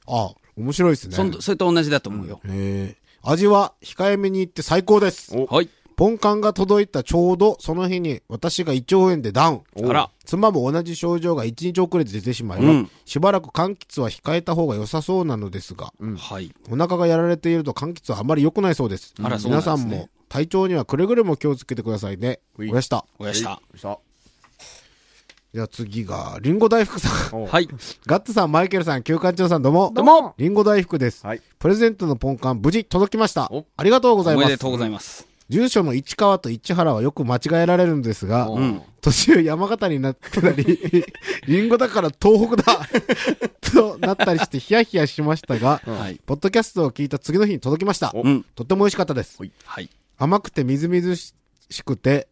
S2: あ、面白いですね。
S3: そんそれと同じだと思うよ。
S2: へえ。味は控えめに言って最高です。
S4: お
S3: はい。
S2: ポンカンが届いたちょうどその日に私が胃腸炎でダウン。
S3: あら。
S2: 妻も同じ症状が1日遅れて出てしまい、
S3: うん
S2: しばらく柑橘は控えた方が良さそうなのですが、
S3: はい。
S2: お腹がやられていると柑橘はあまり良くないそうです。
S3: あらそうなん
S2: 皆
S3: です
S2: さ
S3: ね
S2: んも体調にはくれぐれも気をつけてくださいね。
S4: うい
S2: おやした。
S3: おやした。
S4: さ
S2: じゃあ次が、リンゴ大福さん。
S4: お
S3: はい。
S2: ガッツさん、マイケルさん、旧館長さんどうも。
S3: どうも
S2: リンゴ大福です。
S4: はい
S2: プレゼントのポンカン無事届きました
S4: お。
S2: ありがとうご
S3: お
S2: ざい
S3: め
S2: ます。
S3: でとうございます。
S2: 住所の市川と市原はよく間違えられるんですが、
S4: うん
S2: 途中山形になってた
S3: <laughs>
S2: り、リンゴだから東北だとなったりしてヒヤヒヤしましたが、
S3: はい。
S2: ポッドキャストを聞いた次の日に届きました。
S3: うん。
S2: とても美味しかったです。
S3: はい。
S2: 甘くてみずみずしくて、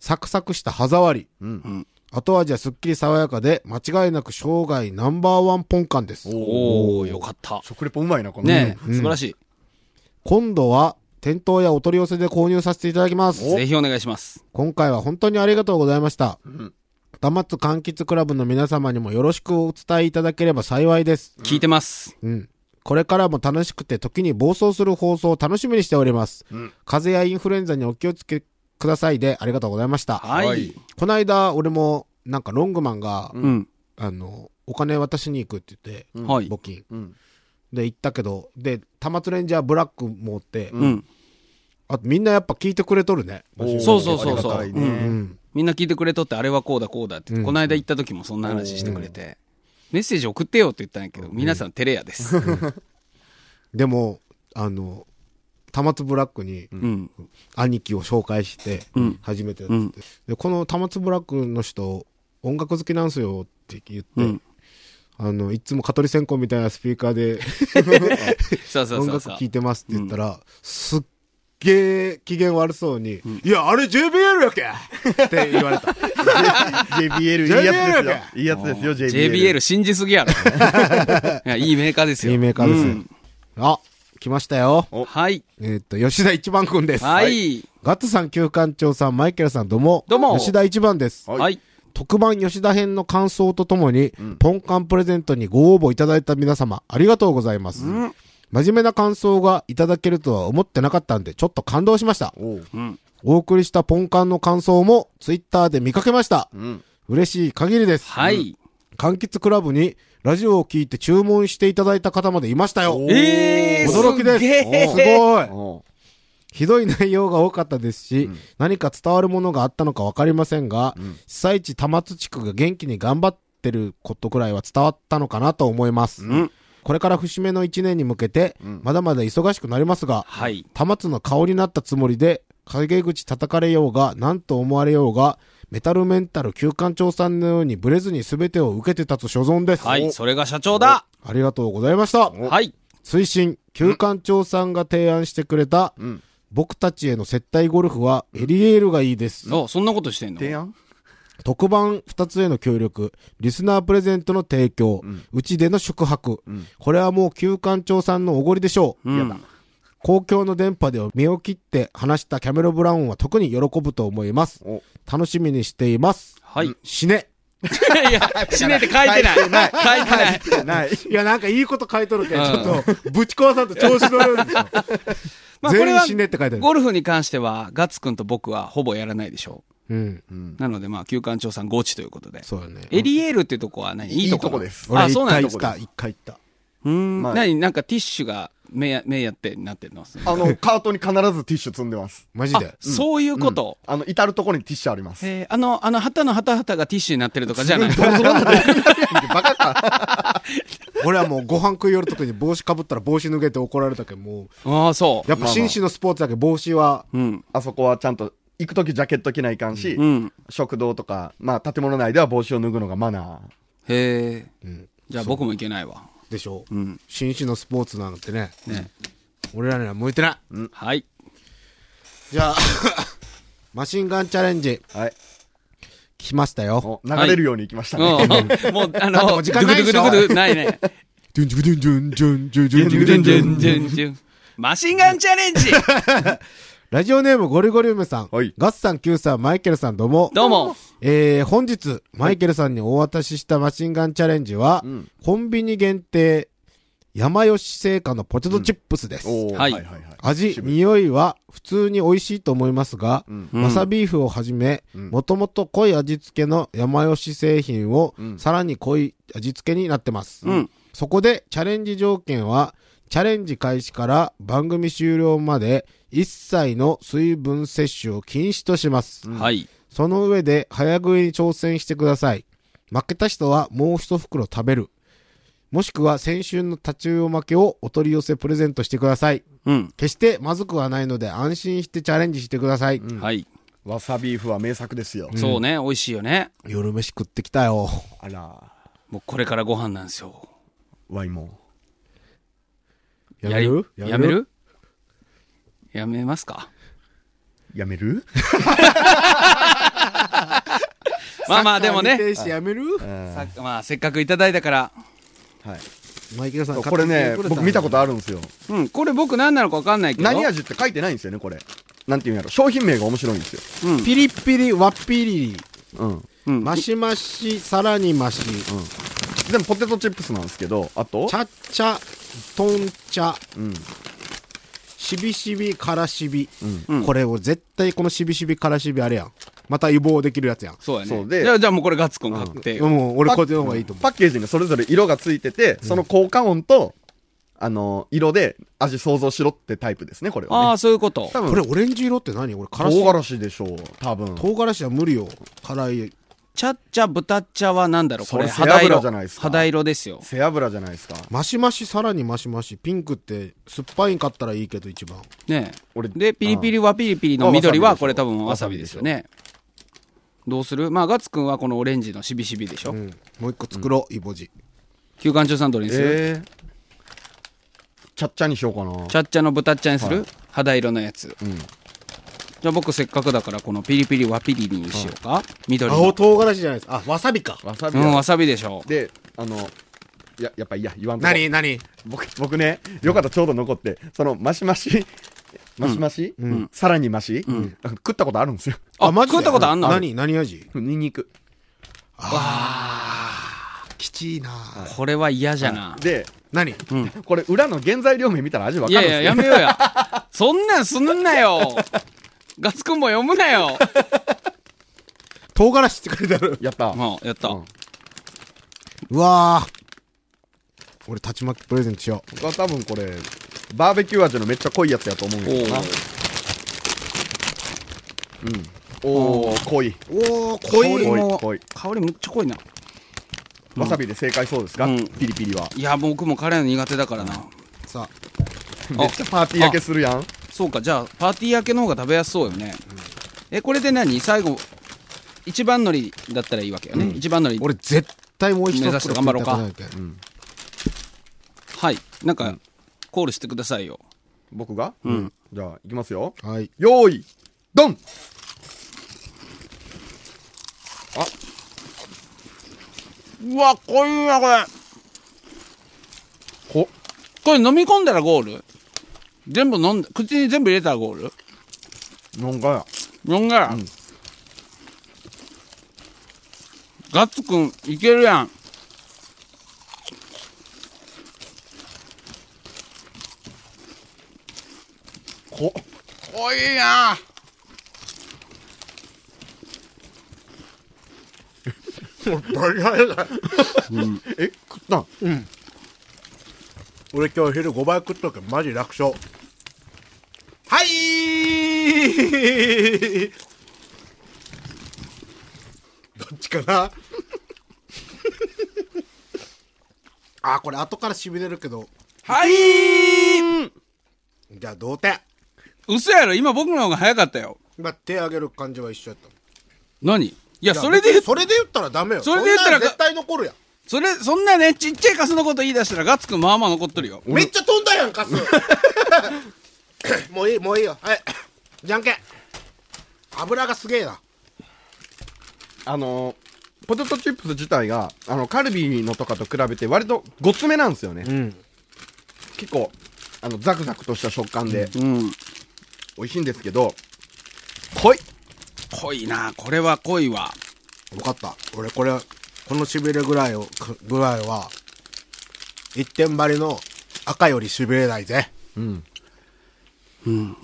S2: サクサクした歯触り。
S3: うん。
S2: 後味はすっきり爽やかで、間違いなく生涯ナンバーワンポンカンです。
S3: おー、よかった。
S4: 食レポうまいな、この。
S3: ねえ、素晴らし
S2: 今度は、店頭やお取り寄せで購入させていただきます。
S3: い。ぜひお願いします。
S2: 今回は本当にありがとうございました。ダマツ柑橘クラブの皆様にもよろしくお伝えいただければ幸いです。
S3: 聞いてます。
S2: うん。これからも楽しくて時に暴走する放送を楽しみにしております。風邪やインフルエンザにお気をつけくださいでありがとうございました。
S3: は
S4: はいい。
S2: この間、俺もなんかロングマンが、
S3: うん。
S2: あの、お金渡しに行くって言って、
S3: はい。
S2: 募金。
S4: うん。
S2: で、行ったけど、で、タマツレンジャーブラック持って、
S3: うん。
S2: あとみんなやっぱ聞いてくれとるね。
S4: お
S3: そうそうそうそう
S4: ありがたい
S2: うん。
S4: ね
S3: みんな聞いてくれとって、あれはこうだこうだって言って、
S2: うん
S3: この間行った時もそんな話してくれて、メッセージ送ってよって言ったんやけど、皆さん照れ屋です。
S2: でも、あの、玉津ブラックに
S3: うん。
S2: 兄貴を紹介して
S3: うん、
S2: 初めてやって、
S3: うん
S2: で、この玉津ブラックの人、音楽好きなんすよって言って、
S3: うん
S2: あの、いつも蚊取り線香みたいなスピーカー
S3: <laughs>
S2: で
S3: そうそう
S2: 音
S3: そう
S2: 楽
S3: そう
S2: 聴。いてますって言ったら、すっげえ機嫌悪そうに、いや、あれ JBL やけって言わ
S3: <laughs>
S2: れた。
S4: JBL いいやつ
S2: JBL
S4: で
S2: や
S4: すよ。いいやつですよ、JBL。
S3: JBL 信じすぎ
S2: <laughs>
S3: やろ。いや、いいメーカーですよ。
S2: いいメーカーですあ、来ましたよ。
S3: うんはい。
S2: えーっと、吉田一番くんです。
S3: はい。
S2: ガッツさん、旧館長さん、マイケルさん、どうも。
S3: どうも
S2: 吉田一番です。
S4: はい
S3: はい。
S2: 特番吉田編の感想とともに、ポンカンプレゼントにご応募いただいた皆様、ありがとうございます。真面目な感想がいただけるとは思ってなかったんで、ちょっと感動しました。
S4: おう
S3: うん。
S2: お送りしたポンカンの感想も、ツイッターで見かけました。
S4: ん
S2: 嬉しい限りです。
S3: は
S2: うん。
S3: い。
S2: 柑橘クラブに、ラジオを聞いて注文していただいた方までいましたよ。
S3: えー、
S2: 驚きです。
S3: げえ
S2: おすごい。
S4: おう
S2: ひどい内容が多かったですし、何か伝わるものがあったのかわかりませんが、被災地多摩津地区が元気に頑張ってることくらいは伝わったのかなと思います。
S3: ん
S2: これから節目の一年に向けて、まだまだ忙しくなりますが、
S3: はい。
S2: 多摩津の顔になったつもりで、陰口叩かれようが、何と思われようが、メタルメンタル旧館長さんのようにブレずに全てを受けてたと所存です。
S3: はい。
S2: お
S3: それが社長だ。
S2: ありがとうございました。
S3: はい。
S2: 推進、旧館長さんが提案してくれた、
S4: ん
S2: 僕たちへの接待ゴルフはエリエールがいいです。
S3: お、そんなことしてんの
S4: 提案
S2: 特番2つへの協力、リスナープレゼントの提供、うちでの宿泊、これはもう旧館長さんのおごりでしょう。
S3: うん
S2: 公共の電波で身を切って話したキャメロ・ブラウンは特に喜ぶと思います
S4: お。
S2: 楽しみにしています。
S3: <laughs> はい。
S2: 死ね。
S3: いや、死ねって書いてない。書いてない。
S4: ない。
S2: いや、なんかいいこと書いとるけど、
S3: うん
S2: ちょっと、ぶち壊さんと調子乗るんですよ。
S3: まあこ
S2: 全
S3: れ
S2: 員
S3: は
S2: 死ねって書いてある。
S3: ゴルフに関しては、ガッツくんと僕はほぼやらないでしょ
S2: うん。
S3: う。なので、まあ、旧館長さんゴチということで。
S2: そうだね。
S3: エリエールっていうとこは何いいとこ
S4: いいとこです
S3: あ、
S2: 俺
S3: そう
S2: 一
S3: な
S2: 回
S3: んだ
S2: 行った、一回行った。
S3: うん。
S4: まあ
S3: 何なんかティッシュが目や、目やってなってんの
S4: あの、カートに必ずティッシュ積んでます。
S2: マジ
S3: あ
S2: で。
S3: そういうこと。
S4: あの、至るところにティッシュあります。
S3: えーあの、あの、旗の旗旗がティッシュになってるとかじゃ
S2: <laughs>
S3: ない。
S4: バカか。
S2: 俺はもうご飯食い寄る時に帽子かぶったら帽子脱げて怒られたけど、も
S3: <laughs> ああ、そう。
S2: う、やっぱ紳士のスポーツだけど帽子は、
S3: うん。
S4: あそこはちゃんと、行くときジャケット着ないかんし、
S3: うん。
S4: 食堂とか、まあ、建物内では帽子を脱ぐのがマナ
S3: へえ。
S2: うん、
S3: じゃあ僕もいけないわ。
S2: でしょ
S3: うん。
S2: 紳士のスポーツなんてね、
S3: ね。
S2: 俺らには向いてない。
S3: はい。
S2: じゃあ、 <laughs> マシンガンチャレンジ、
S4: ー。はい。
S2: 来ましたよ。
S4: お流れるように行きましたね。
S2: <laughs>
S3: うんもう、あ
S2: だっても
S3: の、
S2: う時間ないでしょ
S3: ドゥクドゥクドゥクドゥクないね。
S2: ドゥンジュクドゥンジュンジュンジュンジュ <laughs> ンジュンジュンジュンジュン
S3: ジュンジュンマシンガンチャレ
S2: <laughs>
S3: ンジ
S2: ラジオネームゴリゴリ梅さん、
S4: はい
S2: ガッさん、キューさん、マイケルさん、どうも。
S3: どうも。
S2: えー、本日、マイケルさんにお渡ししたマシンガンチャレンジは、
S4: ん
S2: コンビニ限定、山吉製菓のポテトチップスです。
S4: おー
S3: はい
S4: はいはい
S2: 味、
S4: 渋い
S2: 匂いは普通に美味しいと思いますが、
S4: うん
S3: うん
S2: わさビーフをはじめ、
S4: うん
S2: もともと濃い味付けの山吉製品を、
S4: うん
S2: さらに濃い味付けになってます。
S3: うん。
S2: そこでチャレンジ条件は、チャレンジ開始から番組終了まで一切の水分摂取を禁止とします。
S3: はい。
S2: その上で早食いに挑戦してください。負けた人はもう一袋食べる。もしくは先週のタチウオ負けをお取り寄せプレゼントしてください。
S3: うん。
S2: 決してまずくはないので安心してチャレンジしてください。
S3: はい。
S4: わさビーフは名作ですよ。
S3: そうね、美味しいよね。
S2: 夜飯食ってきたよ。
S4: あら、
S3: もうこれからご飯なんですよ。
S4: ワイも。
S3: やりやめるやめますか
S4: や
S2: <laughs>
S4: める
S3: <laughs> まあまあでもね、
S2: やめる
S3: さまあせっかくいただいたから、
S4: はい。
S2: マイケルさん、
S4: これね、僕見たこと
S2: あ
S4: あるんですよ。
S3: うん、これ僕何なのか分かんないけど。
S4: 何味って書いてないんですよね、これ。なんていうんやろ。商品名が面白いんですよ。
S2: る。ピリピリ、ワッピリ、
S4: うん。
S3: うん
S2: マシマシ、さらにマシ、
S4: でもポテトチップスなんですけど、あと
S2: チ、ャチャ、トンチャ、
S4: うん。
S2: しびしび、からしび。
S3: うん
S2: これを絶対このしびしび、からしびあれやん。また予防できるやつやん。
S3: そうや
S4: そ
S3: ね。
S4: うで
S3: じゃあ、じゃあもうこれガッツくん確定。
S2: もう俺こっちの方がいいと思う。
S4: パッケージにそれぞれ色がついてて、その効果音と、あの、色で味想像しろってタイプですね、これは、ね。
S3: ああ、そういうこと。
S4: 多
S2: これ
S4: 分、
S2: オレンジ色って何俺、からし
S4: 唐。辛子でしょう、多分。
S2: 唐辛子は無理よ。辛い。
S3: ちゃっちゃ豚茶はなんだろうこれ
S4: それ背脂
S3: 肌色
S4: じゃないですか
S3: 肌色ですよ
S4: 背脂じゃないですか。
S2: マシマシ、さらにマシマシ。ピンクって酸っぱいんかったらいいけど一番。
S3: ねえ
S4: 俺
S3: でピリピリはピリピリの緑は
S4: あわさびでしょ
S3: これ多分わさびですよねどうするまあガッツくんはこのオレンジのしびしびでしょ
S2: うん。もう一個作ろう、イボジ。
S3: 旧館長さんどれにする
S4: えー。ちゃっちゃにしようかな。
S3: ちゃっちゃの豚茶にす
S4: は
S3: る肌色のやつ
S4: うん。
S3: じゃあ僕せっかくだからこのピリピリはピリリにしようか緑
S2: 青
S3: の
S2: 唐辛子じゃないです。あ、わさびか。
S4: わさ
S3: う
S4: びは。
S3: んわさびでしょ
S4: で、あの、や、やっぱいいや、言わんとこ
S2: 何何
S4: 僕、僕ね、よかった、ちょうど残って、その、マシマシ、マシマシ、さらにマシ、食ったことあるんですよ。
S3: あ食ったことあんの
S2: 何何味
S4: ニンニク。
S2: きちいな
S3: これは嫌じゃな
S4: で、
S2: 何
S4: これ、裏の原材料名見たら味わ
S3: い
S4: かるん
S3: や
S4: で
S3: いやや
S4: すよ
S3: めようや <laughs> そんなんすんなよガッツくんも読むなよ
S2: 唐辛子って書いてある。
S4: やった。
S3: もうやった
S4: うん
S2: うわー俺、立ち巻きプレゼントしよ
S4: 僕は多分これ、バーベキュー味のめっちゃ濃いやつやと思うんやけどな。おー、濃い。
S2: う。おー、
S3: 濃
S2: 濃
S3: い
S2: い。
S3: も
S4: 濃い
S3: 香りむっちゃ濃いな
S4: わさびで正解そうですか、
S3: うん
S4: ピリピリは。
S3: いや僕も辛いの苦手だからな
S2: さ
S4: めっちゃパーティー焼けするやん。
S3: そうかじゃあパーティー明けの方が食べやすそうよねえこれで何最後一番乗りだったらいいわけよね、一番乗り
S2: 俺、絶対もう一度
S3: 目指して頑張ろうか
S2: うん
S3: はいなんか、コールしてくださいよ
S4: 僕が、じゃあ、いきますよ。
S2: はい。
S4: よーい、ドン
S3: うわ、濃いな、これ。
S4: こ
S3: これ飲み込んだらゴール全部飲んだ、口に全部入れたらゴール
S4: なんかや
S3: 飲んだら、ガッツくん、いけるやん。
S4: こ
S3: 濃いな
S4: バリ
S3: <laughs>
S4: 早いなえ食ったん
S2: 俺今日昼5倍食っとけマジ楽勝はいどっちかな <laughs> あこれ後からしびれるけど
S3: はい
S2: じゃあ同点
S3: 嘘やろ今僕の方が早かったよ。
S2: まあ、手上げる感じは一緒やった
S3: 何いや、
S2: いや
S3: それで言う
S2: それで言ったらダメよ
S3: それで言ったら
S2: そんなん絶対残るやん
S3: それ、そんなね、ちっちゃいカスのこと言い出したらガッツくんまあまあ残っとるよ。
S2: めっちゃ飛んだやんカ <laughs> スもういいもういいよはいじゃんけん油がすげえな
S4: あのーポテトチップス自体があのカルビーのとかと比べて割とごつめなんですよね、結構あのザクザクとした食感で
S3: うん。
S4: 美味しいんですけど濃い
S3: 濃いなこれは濃いわ。
S2: よかった俺これこのしびれぐらいをくぐらいは一点張りの赤よりしびれないぜ
S3: うん。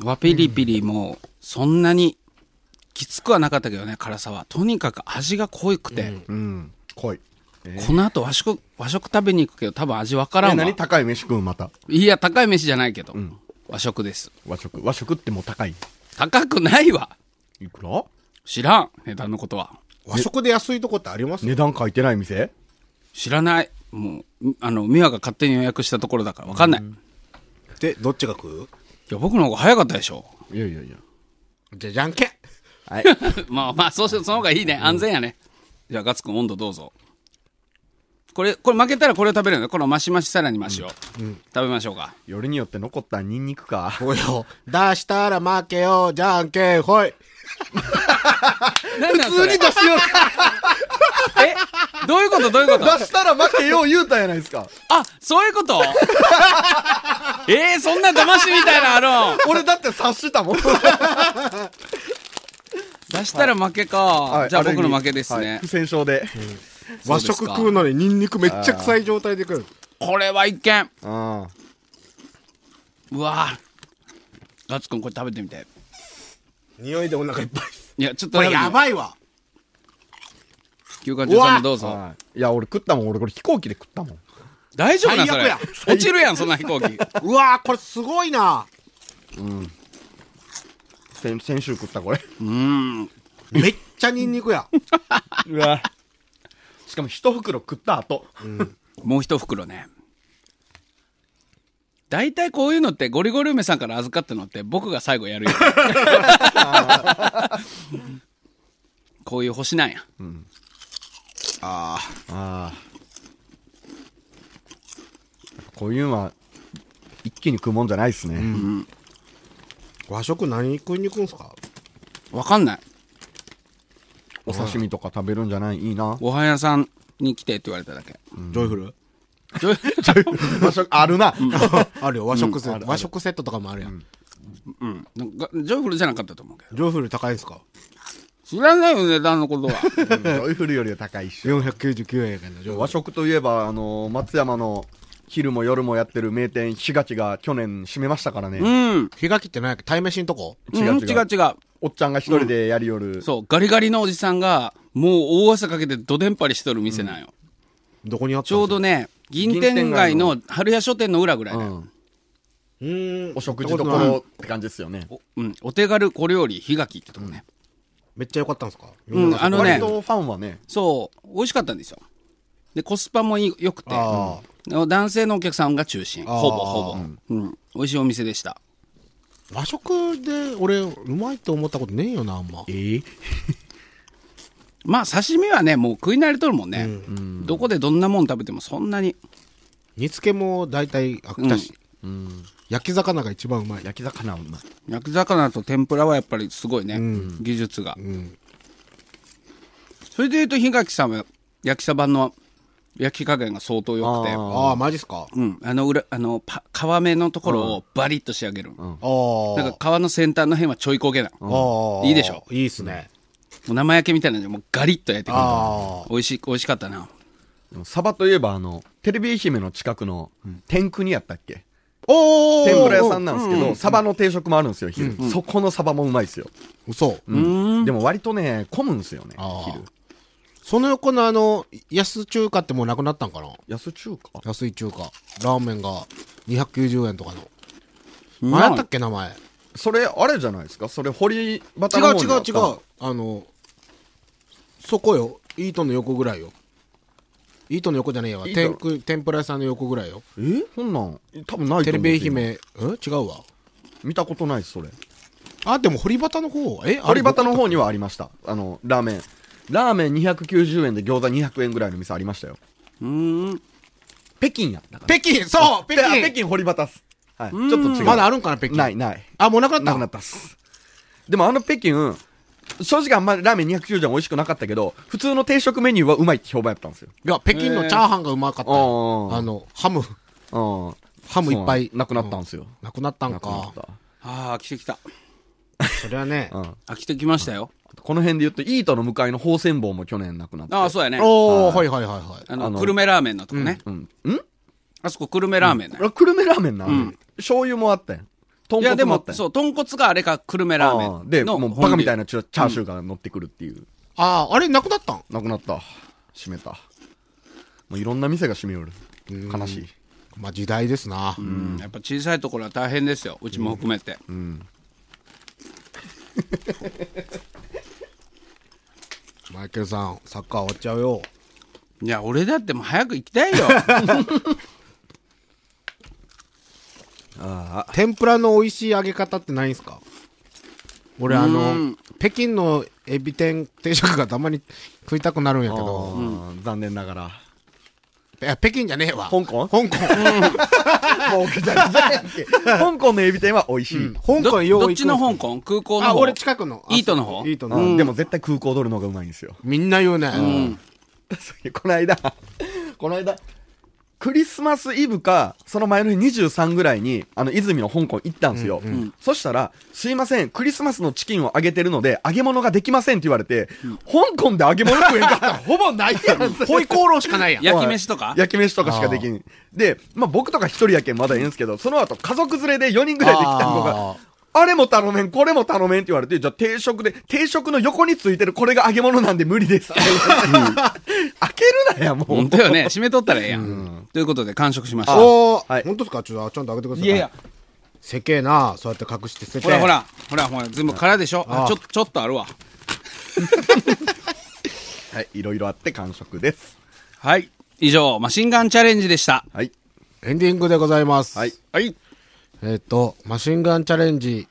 S3: わピリピリも、そんなに、きつくはなかったけどね、辛さは。とにかく味が濃くて、
S4: うん濃い
S3: この後和食、和食食べに行くけど多分味わから
S4: え
S3: んわ
S4: 何。高い飯食うまた
S3: いや、高い飯じゃないけど、和食です。
S4: 和食和食ってもう高い
S3: 高くないわ。
S4: いくら
S3: 知らん、値段のことは。
S2: 和食で安いとこってあります
S4: 値段書いてない店
S3: 知らない。もう、みあの、美和が勝手に予約したところだからわかんない。い
S2: でどっちが食う
S3: や、僕の方が早かったでしょ。
S4: いやいやいや
S2: じゃあじゃんけん
S4: はい
S3: <laughs> まあまあ、そうして、その方がいいね。安全やね。じゃあ、ガッツくん、温度どうぞ。これ、これ負けたらこれを食べるのこのマシマシさらにマシを。食べましょうか。
S4: よりによって残ったニンニクか
S2: およ出したら負けよじゃんけんほい
S3: 普通に出すよ <laughs> えどういうことどういうこと
S4: 出したら負けよう言うたやないですか
S3: あ、そういうこと <laughs> えー、そんな騙しみたいなのあるん
S4: 俺だって察したもん
S3: 出したら負けか。
S4: はい
S3: じゃあ、僕の
S4: る意味
S3: 負けですね。
S4: はい不戦勝で
S2: 和食食うのにニンニクめっちゃ臭い状態で食う
S3: これは一見。
S4: あ
S3: うわぁ。ガッツくん、これ食べてみて。
S2: 匂いでお腹いっぱいです
S3: いや、ちょっと
S2: <laughs> これ
S3: 食べてみて
S2: やばいわ
S3: 休館中さんもどう
S4: あ、
S3: ぞ。
S4: はい、いや俺食ったもん俺これ飛行機で食ったもん
S3: 大丈夫なそれ
S2: 最悪や
S3: 落ちるやんそんな飛行機
S2: うわーこれすごい <laughs> な
S4: 先先週食ったこれ
S3: うん
S2: めっちゃニンニクや
S4: うわしかも一袋食った後、
S3: もう一袋ね大体こういうのってゴリゴリ梅さんから預かったのって僕が最後やるよ
S2: <laughs>
S3: こういう星なんや
S4: ああこういうのは一気に食うもんじゃないっすね、
S2: 和食何食いに行くんすか
S3: わかんない
S4: お刺身とか食べるんじゃないいいな
S3: ご飯屋さんに来てって言われただ <laughs> け
S2: ジョイフ <laughs> ル
S3: ちょ
S4: 和食あるな、
S2: あるよ和食セット和食セットとかもあるやん
S3: うんなんかジョイフルじゃなかったと思うけど
S2: ジョイフル高いんすか
S3: 知らないよ値段のことは
S4: ジョイフルよりは高いし
S2: 499円やけどジョイフル
S4: 和食といえばあの松山の昼も夜もやってる名店ひがちが去年閉めましたからね、
S3: うん
S2: 日がきって何やっけ鯛めしんとこ
S3: 違う違う,、ん、違う違う
S4: おっちゃんが一人でやりよる、
S3: そうガリガリのおじさんがもう大汗かけてどでんぱりしとる店なんよ、
S2: どこにあった
S3: ちょうど
S2: ね
S3: ね、銀天街の春屋書店の裏ぐらいだよ。
S2: うーん
S4: お食事どこ
S2: 行ったとない
S4: ろって感じですよね
S3: おうん、お手軽小料理、日垣ってとこね。
S2: めっちゃ良かったんすか
S3: うん、あのね
S4: 割、とファンはね
S3: そう、美味しかったんですよ。で、コスパもいい良くて、
S2: あ
S3: 男性のお客さんが中心、
S2: あー
S3: ほぼほぼ。うん、美味しいお店でした。
S2: 和食で俺うまいと思ったことねえよなあんま
S4: ええ
S3: まあ、刺身はね、もう食い慣れとるもんね。どこでどんなもん食べてもそんなに。
S2: 煮付けも大体飽きたし焼き魚が一番うまい
S4: 焼き魚うまい
S3: 焼き魚と天ぷらはやっぱりすごいね、技術が。それで言うと、ひがきさんは、焼きそばの焼き加減が相当良くて、
S5: ああ、マジっすか。
S3: うん、あの裏、あの、パ皮目のところをバリッと仕上げるの。
S5: ああ。
S3: なんか皮の先端の辺はちょい焦げなの。
S5: ああ。
S3: いいでしょ
S5: いいっすね。
S3: もう生焼けみたいなので、もうガリッと焼いてくる
S5: あ
S3: 美味しい、美味しかったな。
S4: サバといえば、あの、テレビ愛媛の近くの、天国やったっけ
S5: おお
S4: 天ぷら屋さんなんですけど、サバの定食もあるんですよ、昼。そこのサバもうまいですよ。
S5: 嘘。
S4: うんでも割とね、混むんですよね、昼。
S2: その横のあの、安中華ってもうなくなったんかな
S4: 安中華
S2: 安い中華。ラーメンが290円とかの。
S3: ま
S2: 前
S3: あ
S2: あったっけ名前。違
S4: それ、あれじゃないですかそれ、堀端
S2: う
S4: の方に
S2: 違う
S4: あった
S2: 違う。あの、そこよ。イートンの横ぐらいよ。イートンの横じゃねえわ。
S4: イー
S2: 天
S4: ト
S2: 空天ぷら屋さんの横ぐらいよ。
S4: えそんなん多分ないと
S2: テレ
S4: 思う
S2: ビ
S4: んで
S2: 愛
S4: すよ
S2: 媛、え違うわ。
S4: 見たことないですそれ
S2: あ、でも堀端の方。え
S4: 堀端の
S2: 方
S4: 方にはありましたあのラーメンラーメン290円で餃子200円ぐらいの店ありましたよ
S3: うーん。
S4: 北京やったか
S2: 北京そう北
S4: らあ
S2: 京
S4: 北京堀端っすはいちょっと違う
S2: まだあるんかな北京。
S4: ない。ない
S2: あ、もうなくなった
S4: なくなったっすでもあの北京正直あんまりラーメン290円は美味しくなかったけど普通の定食メニューはうまいって評判やったんですよ
S2: いや、北京のチャーハンがうまかったよ。
S4: へー
S2: あの、ハム、
S4: うん
S2: ハムいっぱい
S4: そう。なくなったんですよ
S2: なくなったん
S4: なくな
S2: か
S4: っ。た
S3: ああ、飽きてきた。
S2: それはね。
S4: うん
S3: 飽きてきましたよ。
S4: この辺で言うとイートの向かいの宝泉坊も去年なくなった
S3: ああ、そうやね。
S2: おー、はいはいはいはい。
S3: あの、
S4: あの
S3: 久留米ラーメンのとこね。
S4: うんん
S3: あそこ久留米ラーメンね。
S4: あ久留米ラーメンな、醤油もあったやん。豚
S3: いや、
S4: 骨
S3: で
S4: もあっ
S3: も、
S4: たやん。
S3: そう、豚骨があれか久留米ラ
S4: あ
S3: ーメン。
S4: で、もうバカみたい
S3: な。
S4: なチャチャーシューが乗ってくるっていう。
S2: あー、あれなくなったん
S4: なくなった。閉めた。もういろんな店が閉めよる。悲しい。
S2: まあ時代ですな。
S3: うん、やっぱ小さいところは大変ですよ。うちも含めて。
S2: マイケルさん、サッカー終わっちゃうよ。
S3: いや、俺だってもう早く行きたい
S4: <laughs>
S3: よ。
S2: 天ぷらの美味しい揚げ方ってないんすか俺あ
S3: う
S2: の
S3: ん、
S2: 北京のエビ天定食がたまに食いたくなるんやけど、
S4: うん残念ながら。
S2: いや、北京じゃねえわ。
S4: 香港 <laughs>
S2: 香港。
S4: 香港のエビ天は美味しい。
S2: 香港よ
S3: ど
S2: う行く
S3: どっ
S2: んす
S3: ちの香港空港の方
S2: あ、俺近くの。あ
S3: イートの方
S2: イートの
S4: う
S2: 方
S4: ん。でも絶対空港取るのがうまいんですよ。
S2: みんな言うね。
S4: そういう <laughs> この間、この間、クリスマスイブか、その前の日23ぐらいに、あの、泉の香港行ったんですよ。そしたら、すいません、クリスマスのチキンを揚げてるので、揚げ物ができませんって言われて、香港で揚げ物食えんかったらほぼないやん。
S2: ホイコーローしかないやん。
S3: 焼き飯とか
S4: 焼き飯とかしかできん。で、まあ僕とか一人やけんまだええんすけど、その後家族連れで4人ぐらいで来たの
S2: あ
S4: が、あれも頼めん、これも頼めんって言われて、じゃあ定食で、定食の横についてるこれが揚げ物なんで無
S3: <laughs>
S4: 理ですって言われて。開けるなや、もう。
S3: 本当よね。締めとったらええやん。ということで完食しました。
S2: おー、
S4: はい
S2: 本当ですかちょっとあちゃんと開けてくださ
S3: い
S2: い。
S3: やいや。
S2: せけえな、そうやって隠して捨てて。
S3: ほらほ。ら、ほらほら、全部空でしょ
S2: あ
S3: あ
S2: あ
S3: ちょ、ちょっとあるわ。
S4: はい、いろいろあって完食です。
S3: はい。以上、マシンガンチャレンジでした。
S4: はい。
S2: エンディングでございます。
S4: はい。
S3: はい。
S2: えっ、と、マシンガンチャレンジ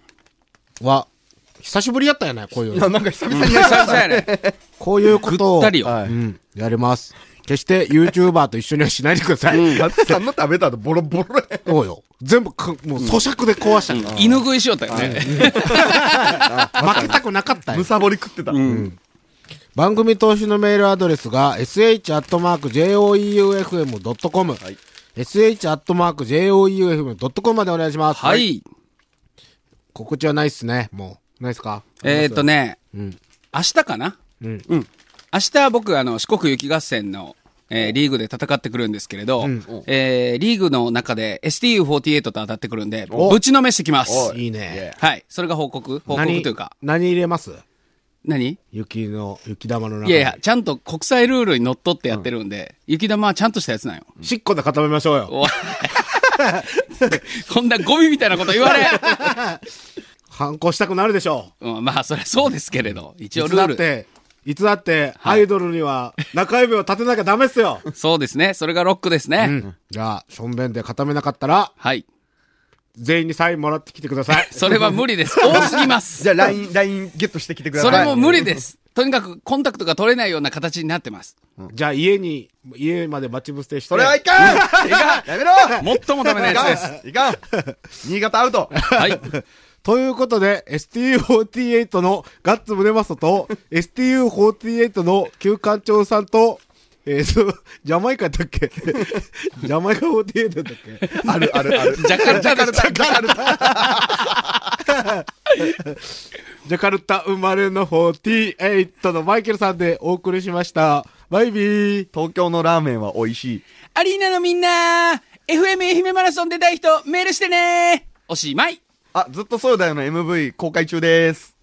S2: は、久しぶりやったよね、こういう
S4: いや、。なんか久々に
S3: 久
S4: やった。
S3: 々やね。
S4: <laughs>
S2: こういうこと
S3: ぐ
S2: を。
S3: ったりよ。
S4: は
S2: う
S4: い。
S2: ん、やります。決して YouTuber と一緒にはしないでください。
S4: ガッツさんの食べた後ボロボロや。
S2: そうよ。全部か、もう咀嚼で壊したから
S3: 犬食いしよったよね。
S2: 負けたくなかったよ
S4: む。さぼり食ってた。うん。
S2: 番組投資のメールアドレスが sh.joeufm.com、
S4: い
S2: sh.joeufm.com までお願いします。
S3: は。い。
S2: 告知はないっすね、もう。ないっすか
S3: えーっとね、
S2: ん
S3: 明日かなうん。明日僕、あの、四国雪合戦の、えーリーグで戦ってくるんですけれど、えーリーーグの中で STU48 と当たってくるんで、ぶちのめしてきます。
S2: いいね。
S3: はい。それが報告報告というか。
S2: 何入れます
S3: 何
S2: 雪の、雪玉の中
S3: い
S2: に。
S3: やいや、ちゃんと国際ルールにのっとってやってるんで、雪玉はちゃんとしたやつなんよ。
S2: しっこで固めましょうよ。
S3: おいこんなゴミみたいなこと言われ、
S2: 反抗したくなるでしょ
S3: うん、まあ、そりゃそうですけれど、
S2: う。
S3: 一
S2: い
S3: 応
S2: つ
S3: ル
S2: だ
S3: ー
S2: っ
S3: ル。
S2: て、いつだって、アイドルには中指を立てなきゃダメっす
S3: <laughs>
S2: よ。
S3: そうですね。それがロックですね。
S2: うん。じゃあ、しょんべんで固めなかったら、
S3: はい。
S2: 全員にサインもら
S3: <laughs>
S2: ってきてください。
S3: それは無理です。多すぎます。
S4: じゃあ、LINE、LINE ゲットしてきてくださ
S3: そ
S4: い。
S3: れも無理です。とにかくコンタクトが取れないような形になってます。
S2: じゃあ家に、家まで待ち伏せして。
S4: それはいかんいかんやめろ
S3: 最もダメなやつです。
S4: いかんいかん新潟アウト
S3: はい。
S2: ということで、STU48 のガッツムネマソ
S3: <laughs>
S2: と、STU48 の旧館長さんと、えー、 <laughs> そう、ジャマイカだっけ <laughs> ジャマイカ48だっけ
S4: あるあるある。
S3: ジャカルタです。
S2: ジャカルタ生まれの48のマイケルさんでお送りしました。バイビー。
S4: 東京のラーメンは美味しい。
S3: アリーナのみんな !FM 愛媛マラソン出たい人、メールしてねおしまい
S4: あ、ずっとそうだよの MV 公開中です。